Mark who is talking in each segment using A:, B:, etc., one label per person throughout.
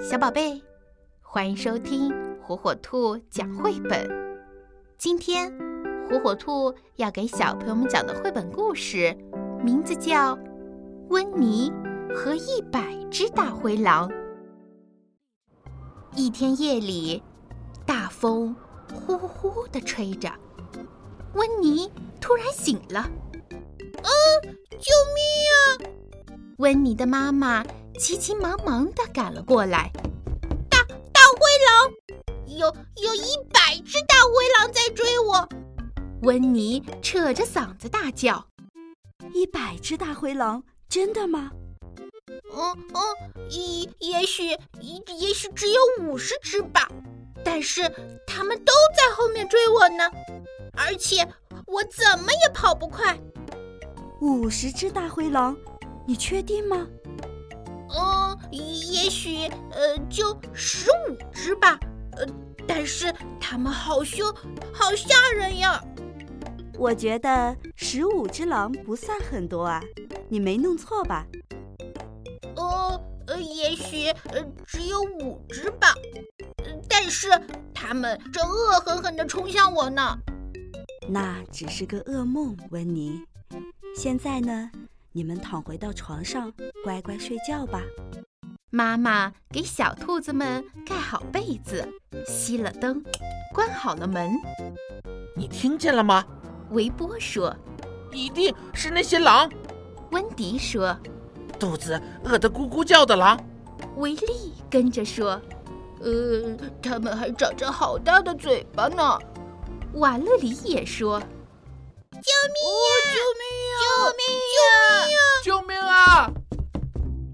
A: 小宝贝，欢迎收听火火兔讲绘本。今天，火火兔要给小朋友们讲的绘本故事，名字叫《温妮和一百只大灰狼》。一天夜里，大风呼呼的吹着，温妮突然醒了。
B: 啊！救命啊！
A: 温妮的妈妈急急忙忙的赶了过来。
B: 大大灰狼，有有一百只大灰狼在追我！
A: 温妮扯着嗓子大叫
C: 一百只大灰狼，真的吗？
B: 嗯嗯，也也许也也许只有五十只吧，但是他们都在后面追我呢，而且我怎么也跑不快。
C: 五十只大灰狼，你确定吗？
B: 嗯，也许呃，就十五只吧。呃，但是它们好凶，好吓人呀！
C: 我觉得十五只狼不算很多啊，你没弄错吧？
B: 哦，呃，也许呃只有五只吧。呃但是它们正恶狠狠地冲向我呢。
C: 那只是个噩梦，温妮。现在呢，你们躺回到床上，乖乖睡觉吧。：“
A: 妈妈给小兔子们盖好被子，熄了灯，关好了门。
D: 你听见了吗？”
A: 维波说
D: 一定是那些狼，：“
A: 温迪说。”
D: 肚子饿得咕咕叫的狼。
A: 维利跟着说
B: 呃，它们还长着好大的嘴巴呢。：“
A: 瓦勒里也说。
B: 啊哦救命！啊
D: 救命啊！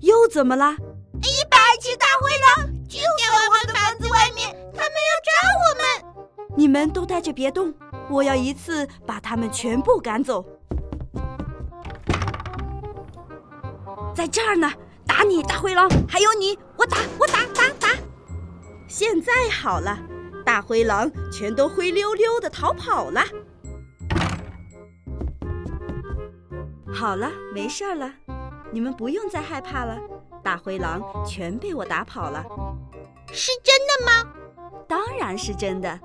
C: 又怎么啦？
B: 一百只大灰狼就在我们房子外面，它们要抓我们。
C: 你们都待着别动，我要一次把他们全部赶走。在这儿呢，打你大灰狼，还有你，我打我打打打。现在好了，大灰狼全都灰溜溜的逃跑了。好了，没事儿了，你们不用再害怕了。大灰狼全被我打跑了。
B: 是真的吗？
C: 当然是真的。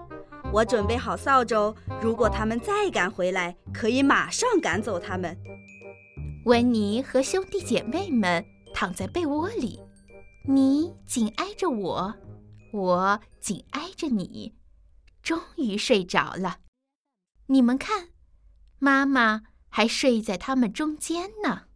C: 我准备好扫帚，如果他们再敢回来，可以马上赶走他们。
A: 温妮和兄弟姐妹们躺在被窝里，你紧挨着我，我紧挨着你，终于睡着了。你们看，妈妈还睡在他们中间呢。